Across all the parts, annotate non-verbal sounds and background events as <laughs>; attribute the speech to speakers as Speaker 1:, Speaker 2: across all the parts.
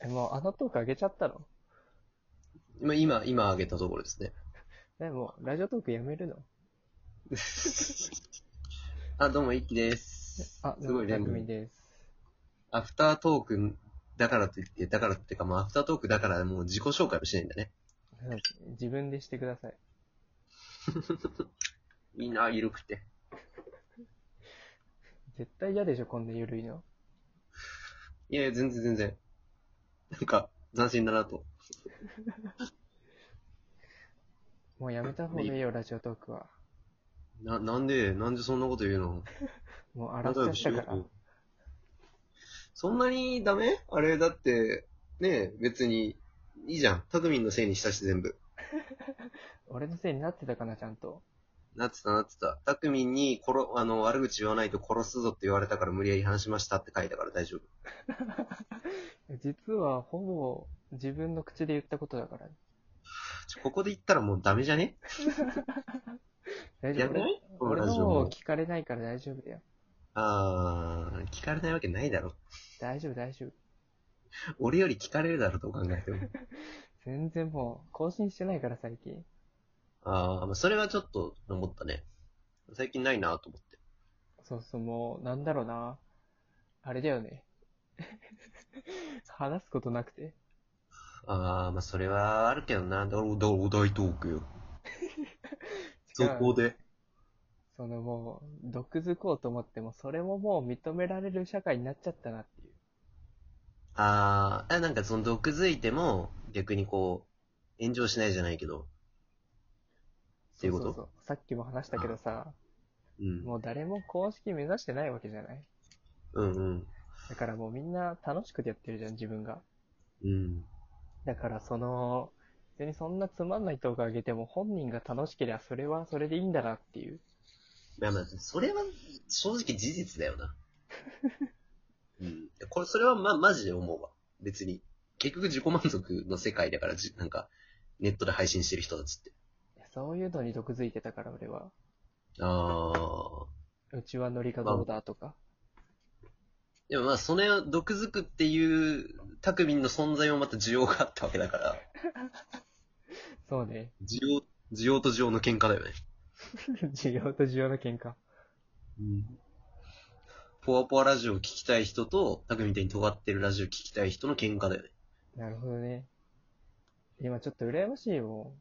Speaker 1: え、もうあのトーク上げちゃったの
Speaker 2: まあ今、今上げたところ
Speaker 1: <laughs>
Speaker 2: ですね。
Speaker 1: ね、もうラジオトークやめるの
Speaker 2: あ、どうも、一輝です。
Speaker 1: あ、
Speaker 2: すごい
Speaker 1: た
Speaker 2: ね。
Speaker 1: くみです。
Speaker 2: アフタートークだからといって、だからっていうか、もうアフタートークだからもう自己紹介もしないんだね。
Speaker 1: うん自分でしてください。
Speaker 2: みんな緩くて。
Speaker 1: 絶対嫌でしょ、こんなゆるいの。
Speaker 2: いやいや、全然全然。なんか、斬新だなと。
Speaker 1: もうやめた方がいいよ、ラジオトークは。
Speaker 2: な、なんで、なんでそんなこと言うの
Speaker 1: もう洗っちゃったから。
Speaker 2: そんなにダメあれ、だって、ねえ、別に、いいじゃん。たくみんのせいにしたし、全部。
Speaker 1: 俺のせいになってたかな、ちゃんと。
Speaker 2: なってたなってた。たくみんに殺、あの、悪口言わないと殺すぞって言われたから無理やり話しましたって書いたから大丈夫。
Speaker 1: 実は、ほぼ、自分の口で言ったことだから。
Speaker 2: ちょここで言ったらもうダメじゃね
Speaker 1: 大丈
Speaker 2: や
Speaker 1: 夫
Speaker 2: めないこの
Speaker 1: 俺
Speaker 2: ラ
Speaker 1: の
Speaker 2: ジオ
Speaker 1: 方
Speaker 2: も。
Speaker 1: 聞かれないから大丈夫だよ。
Speaker 2: あー、聞かれないわけないだろ。
Speaker 1: 大丈夫、大丈夫。
Speaker 2: 俺より聞かれるだろ、どう考えても。
Speaker 1: 全然もう、更新してないから、最近。
Speaker 2: あー、まあ、それはちょっと思ったね。最近ないなと思って。
Speaker 1: そうそう、もう、なんだろうな。あれだよね。 <laughs> 話すことなくて。
Speaker 2: あー、まあ、それはあるけどな。だから、だからお題トークよ。
Speaker 1: 違う
Speaker 2: そこで。
Speaker 1: そのもう、毒づこうと思っても、それももう認められる社会になっちゃったなっていう。
Speaker 2: あー、あなんかその毒づいても、逆にこう、炎上しないじゃないけど。っていうこと
Speaker 1: そうそうそうさっきも話したけどさ、
Speaker 2: うん。
Speaker 1: もう誰も公式目指してないわけじゃない
Speaker 2: うんうん。
Speaker 1: だからもうみんな楽しくてやってるじゃん、自分が。
Speaker 2: うん。
Speaker 1: だからその、別にそんなつまんない動画上げても本人が楽しければそれはそれでいいんだなっていう。
Speaker 2: いやまあ、それは正直事実だよ <laughs> な。うん。これ、それはま、マジで思うわ。別に。結局自己満足の世界だから、じなんか、ネットで配信してる人たちって。
Speaker 1: そういうのに毒づいてたから俺は。
Speaker 2: ああ。
Speaker 1: うちはノリがどうだとか。
Speaker 2: でもまあ、それを毒づくっていう、たくみんの存在もまた需要があったわけだから、
Speaker 1: そうね。
Speaker 2: 需要、需要と需要の喧嘩だよね。
Speaker 1: <laughs> 需要と需要の喧嘩。
Speaker 2: うん。ポワポワラジオを聞きたい人と、たくみみたいに尖ってるラジオを聞きたい人の喧嘩だよね。
Speaker 1: なるほどね。今ちょっと羨ましいも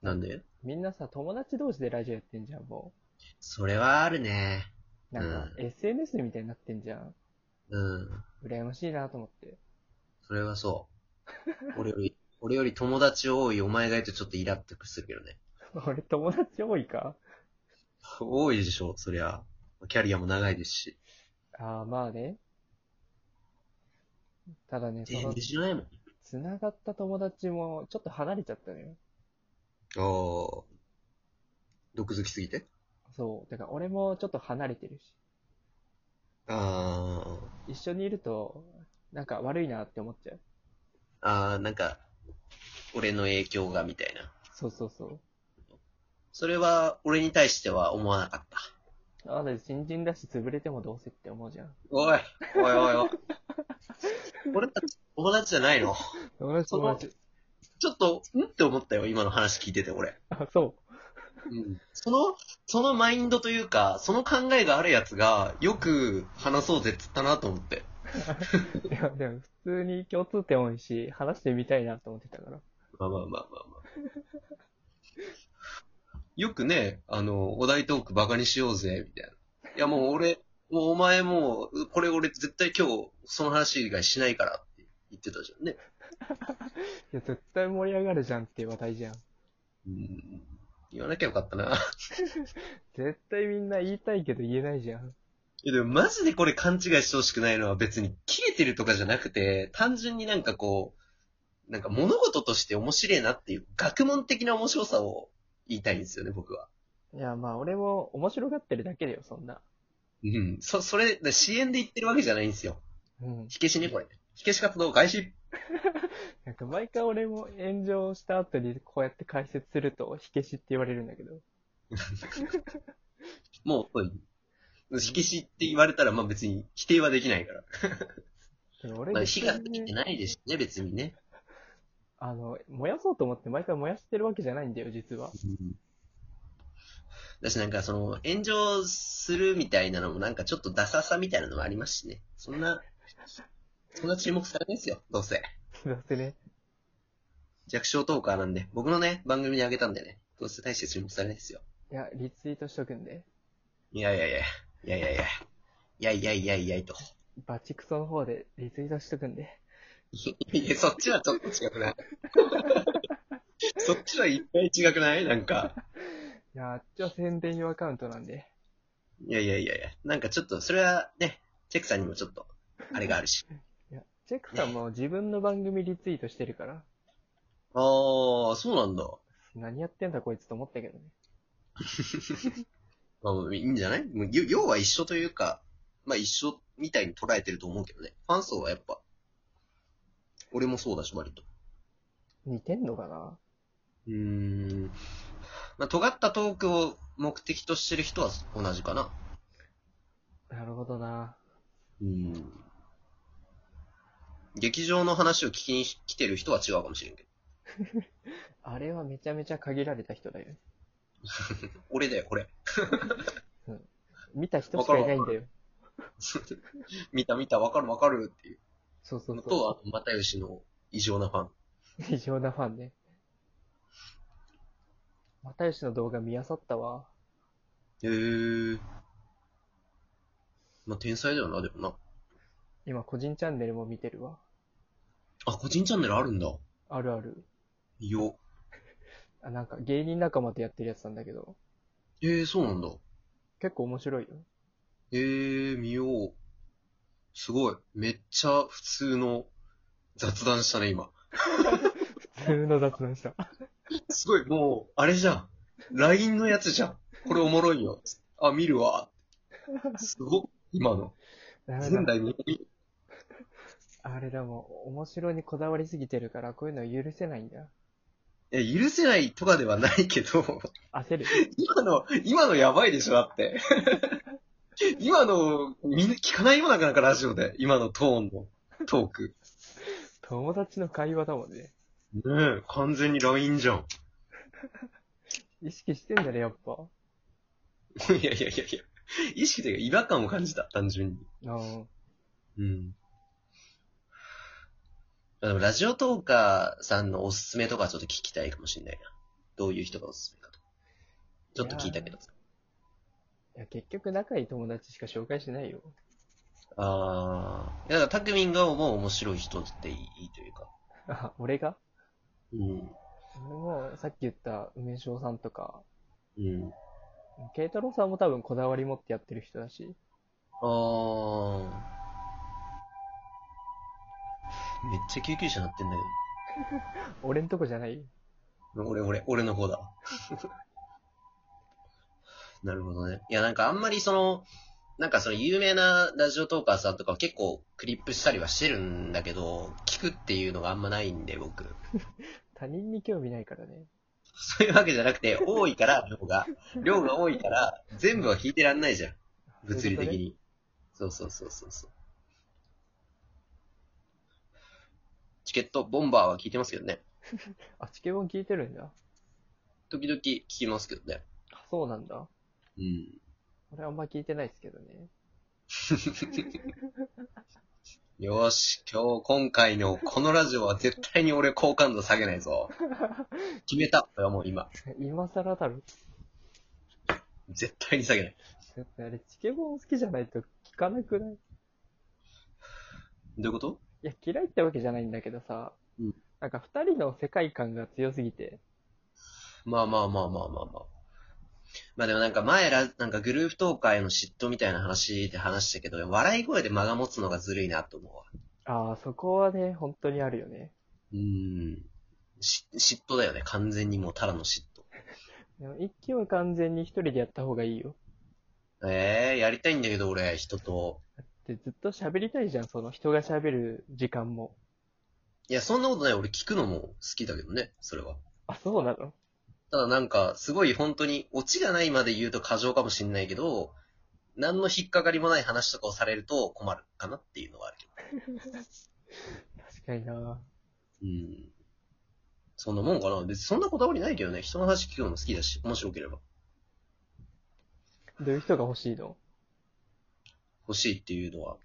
Speaker 2: なんで
Speaker 1: ん。みんなさ、友達同士でラジオやってんじゃん、も
Speaker 2: それはあるね。
Speaker 1: う。なんか、SNS みたいになってんじゃん。
Speaker 2: うん。
Speaker 1: 羨ましいなと思って。 <laughs>
Speaker 2: それはそう。俺より、俺より友達多いお前がいるとちょっとイラっとするけどね。
Speaker 1: 俺友達多いか
Speaker 2: 多いでしょ、そりゃ。キャリアも長いですし。
Speaker 1: ああ、まあね。ただね、そ
Speaker 2: 全
Speaker 1: の
Speaker 2: 然、知らないもん。
Speaker 1: 繋がった友達もちょっと離れちゃったのよ。
Speaker 2: ああ。毒づきすぎて
Speaker 1: そう。だから俺もちょっと離れてるし。
Speaker 2: ああ。
Speaker 1: 一緒にいると、なんか悪いなって思っちゃう。
Speaker 2: ああ、なんか、俺の影響がみたいな。
Speaker 1: そうそうそう。
Speaker 2: それは、俺に対しては思わなかった。
Speaker 1: あだって新人だし潰れてもどうせって思うじゃん。
Speaker 2: おい、おいおいおい。俺たち、友達じゃないの
Speaker 1: 友達
Speaker 2: その
Speaker 1: 友達。
Speaker 2: ちょっと、んって思ったよ、今の話聞いてて、俺。
Speaker 1: あ、そ
Speaker 2: その、そのマインドというか、その考えがあるやつが、よく話そうぜっつったなと思って。
Speaker 1: う。いや、でも普通に共通点多いし、話してみたいなと思ってたから。
Speaker 2: まあまあまあまあまあ。 <laughs> よくね、あの、お題トークバカにしようぜ、みたいな。いやもう俺、もうお前もう、これ俺絶対今日、その話以外しないからって言ってたじゃんね。
Speaker 1: いや、絶対盛り上がるじゃんっていう話題じゃん。
Speaker 2: うん。言わなきゃよかったな。
Speaker 1: 絶対みんな言いたいけど言えないじゃん。
Speaker 2: いやでもマジでこれ勘違いしてほしくないのは別に切れてるとかじゃなくて、単純になんかこう、なんか物事として面白いなっていう学問的な面白さを言いたいんですよね、僕は。
Speaker 1: いや、まあ俺も面白がってるだけだよ、そんな。
Speaker 2: うん。そ、それ、支援で言ってるわけじゃないんですよ。
Speaker 1: うん。
Speaker 2: 火消しね、これ。火消し活動開始。
Speaker 1: なんか毎回俺も炎上した後にこうやって解説すると、火消しって言われるんだけど。
Speaker 2: もう、うん火消しって言われたら、まあ別に否定はできないから。
Speaker 1: で俺
Speaker 2: まあ、
Speaker 1: 別
Speaker 2: 火
Speaker 1: に
Speaker 2: がついてないですしね、別にね。
Speaker 1: あの、燃やそうと思って毎回燃やしてるわけじゃないんだよ、実は。 <laughs>
Speaker 2: だしなんかその、炎上するみたいなのもなんかちょっとダサさみたいなのもありますしね。そんな、そんな注目されないですよ、どうせ。
Speaker 1: だってね。
Speaker 2: 弱小トーカーなんで、僕のね、番組にあげたんでね、どうせ大して注目されないですよ。
Speaker 1: いや、リツイートしとくんで。
Speaker 2: いやいやいや、いやいやいや、いやいやいやいやいと。
Speaker 1: バチクソの方でリツイートしとくんで。
Speaker 2: いや、そっちはちょっと違くない <laughs> そっちは一回違くないなんか。
Speaker 1: いや、あっちは宣伝用アカウントなんで。
Speaker 2: いやいやいやいや、なんかちょっと、それはね、チェックさんにもちょっと、あれがあるし。
Speaker 1: いや、チェックさんも自分の番組リツイートしてるから、
Speaker 2: あー、そうなんだ。
Speaker 1: 何やってんだこいつと思ったけどね。
Speaker 2: まあ、もういいんじゃないもう要要は一緒というか、まあ一緒みたいに捉えてると思うけどね。ファン層はやっぱ、俺もそうだし、割と。
Speaker 1: 似てんのかな
Speaker 2: うーん。まあ、尖ったトークを目的としてる人は同じかな。
Speaker 1: なるほどな。
Speaker 2: うん。劇場の話を聞きに来てる人は違うかもしれんけど。
Speaker 1: あれはめちゃめちゃ限られた人だよね。
Speaker 2: 俺だよ、俺。
Speaker 1: 見た人しかいないんだよ。
Speaker 2: 見た見た、わかるわかるっていう
Speaker 1: そうそう
Speaker 2: のと、
Speaker 1: そ
Speaker 2: は又吉の異常なファン。
Speaker 1: う。異常なファンね。又吉の動画見あさったわ。
Speaker 2: へえー。まあ、天才だよな、でもな。
Speaker 1: 今個人チャンネルも見てるわ。
Speaker 2: あ、個人チャンネルあるんだ。
Speaker 1: あるある。
Speaker 2: よ。
Speaker 1: あ、なんか芸人仲間とやってるやつなんだけど、
Speaker 2: ええー、そうなんだ。
Speaker 1: 結構面白いよ。
Speaker 2: ええー、見よう。すごい。めっちゃ普通の雑談したね、今。
Speaker 1: <laughs> 普通の雑談 <laughs> した。
Speaker 2: すごい、もう、あれじゃん。LINE のやつじゃん。これおもろいよ。あ、見るわ。すごっ、今の。
Speaker 1: ダメだ
Speaker 2: 前代未聞。
Speaker 1: あれだもん、面白にこだわりすぎてるから、こういうの許せないんだよ。
Speaker 2: え、許せないとかではないけど、
Speaker 1: 焦る。
Speaker 2: 今の、今のやばいでしょ、だ <laughs> って。今の、みんな聞かないよ、なかなかラジオで。今のトーンのトーク。
Speaker 1: 友達の会話だもんね。
Speaker 2: ねえ、完全に LINE じゃん。
Speaker 1: 意識してんだね、やっぱ。
Speaker 2: <laughs> いやいやいやいや。意識というか違和感を感じた、単純に。
Speaker 1: うん。
Speaker 2: うん。でもラジオトーカーさんのおすすめとかちょっと聞きたいかもしれないな。どういう人がおすすめかとか。ちょっと聞いたけど。
Speaker 1: いや、結局仲いい友達しか紹介しないよ。
Speaker 2: ああ。だから、たくみんが思う面白い人っていいいいというか。
Speaker 1: あ、俺が
Speaker 2: うん。
Speaker 1: 俺も、さっき言った梅翔さんとか、
Speaker 2: うん。
Speaker 1: 慶太郎さんも多分こだわり持ってやってる人だし、
Speaker 2: ああ。めっちゃ救急車鳴ってんだけど。
Speaker 1: 俺んとこじゃないよ。
Speaker 2: 俺、俺、俺の方だわ。 <laughs> なるほどね。いや、なんかあんまりその、なんかその有名なラジオトーカーさんとかは結構クリップしたりはしてるんだけど、聞くっていうのがあんまないんで、僕。 <laughs>
Speaker 1: 他人に興味ないからね。
Speaker 2: そういうわけじゃなくて、多いから、量が。量が多いから、全部は聞いてらんないじゃん。物理的に。そうそうそうそうそう。チケット、ボンバーは聞いてますけどね。
Speaker 1: あ、チケボン聞いてるんだ。
Speaker 2: 時々聞きますけどね。
Speaker 1: あ、そうなんだ。
Speaker 2: うん。
Speaker 1: 俺あんま聞いてないですけどね。
Speaker 2: よし、今日、今回のこのラジオは絶対に俺好感度下げないぞ。決めた。俺はもう今。
Speaker 1: 今更だろ。
Speaker 2: 絶対に下げない。
Speaker 1: だってあれ、チケボン好きじゃないと聞かなくない
Speaker 2: どういうこと
Speaker 1: いや、嫌いってわけじゃないんだけどさ、
Speaker 2: うん
Speaker 1: なんか二人の世界観が強すぎて、
Speaker 2: まあまあまあまあまあまあ。まあでもなんか前ら、なんかグループトーカーへの嫉妬みたいな話で話したけど、笑い声で間が持つのがずるいなと思うわ。
Speaker 1: ああ、そこはね、本当にあるよね。
Speaker 2: うーん。し嫉妬だよね。完全にもうただの嫉妬。
Speaker 1: でも一気は完全に一人でやった方がいいよ。
Speaker 2: ええやりたいんだけど俺、人と。
Speaker 1: で、ずっと喋りたいじゃん、その人が喋る時間も。
Speaker 2: いや、そんなことない。俺聞くのも好きだけどね、それは。
Speaker 1: あ、そうな
Speaker 2: <laughs>
Speaker 1: の
Speaker 2: ただなんか、すごい本当に、オチがないまで言うと過剰かもしんないけど、何の引っかかりもない話とかをされると困るかなっていうのはあるけど。
Speaker 1: 確かにな
Speaker 2: うん。そんなもんかな別にそんなこだわりないけどね。人の話聞くのも好きだし、面白ければ。
Speaker 1: どういう人が欲しいの
Speaker 2: 欲しいっていうのは、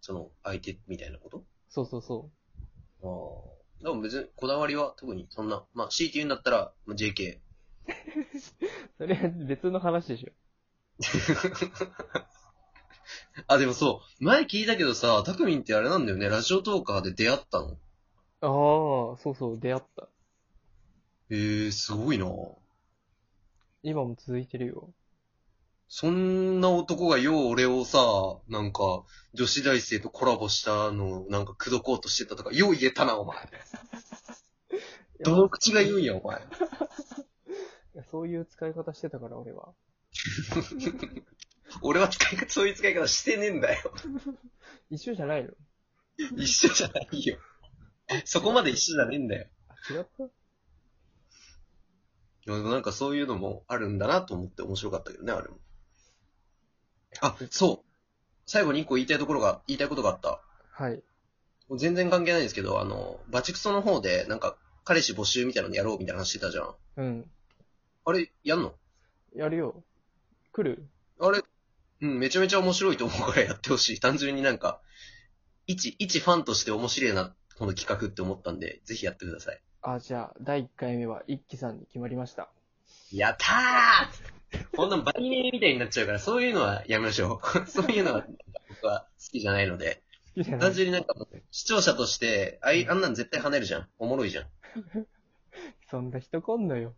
Speaker 2: その相手みたいなこと
Speaker 1: そうそうそ
Speaker 2: ああ。でも別にこだわりは特にそんな、まあ C って言うんだったら、まあ JK。
Speaker 1: う。それ別の話でしょ。
Speaker 2: <laughs> あ、でもそう。前聞いたけどさ、タクミンってあれなんだよね。ラジオトーカーで出会ったの。
Speaker 1: ああ、そうそう、出会った。
Speaker 2: へえ、すごいな
Speaker 1: 今も続いてるよ。
Speaker 2: そんな男がよう俺をさ、なんか、女子大生とコラボしたのをなんか口説こうとしてたとか、よう言えたな、お前。どの口が言うんや、お前。
Speaker 1: いやそういう使い方してたから、俺は。
Speaker 2: 俺は使い方、そういう使い方してねえんだよ。
Speaker 1: 一緒じゃないの
Speaker 2: <laughs> 一緒じゃないよ。そこまで一緒じゃねえんだよ。
Speaker 1: あ、違った
Speaker 2: いやでもなんかそういうのもあるんだなと思って面白かったけどね、あれも。あ、そう。最後に一個言いたいところが、言いたいことがあった。
Speaker 1: はい。
Speaker 2: 全然関係ないんですけど、あの、バチクソの方で、なんか、彼氏募集みたいなのやろうみたいな話してたじゃん。
Speaker 1: うん。
Speaker 2: あれ、やんの
Speaker 1: やるよ。来る
Speaker 2: あれ、うん、めちゃめちゃ面白いと思うからやってほしい。 <laughs> 単純になんか、一、一ファンとして面白いな、この企画って思ったんで、ぜひやってください。
Speaker 1: あ、じゃあ、第1回目は一輝さんに決まりました。
Speaker 2: やったーこんなんバリネーみたいになっちゃうから、そういうのはやめましょう。 <laughs> そういうのは僕は好きじゃないので。
Speaker 1: 好きじゃない
Speaker 2: 単純になんかもう、視聴者として、あいあんなん絶対跳ねるじゃん。おもろいじゃん。
Speaker 1: そんな人来んのよ。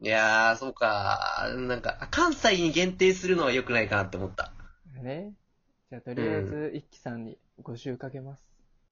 Speaker 2: いやー、そうかー。なんか、関西に限定するのは良くないかなって思った。
Speaker 1: ね。じゃあ、とりあえず、一輝さんに募集かけます。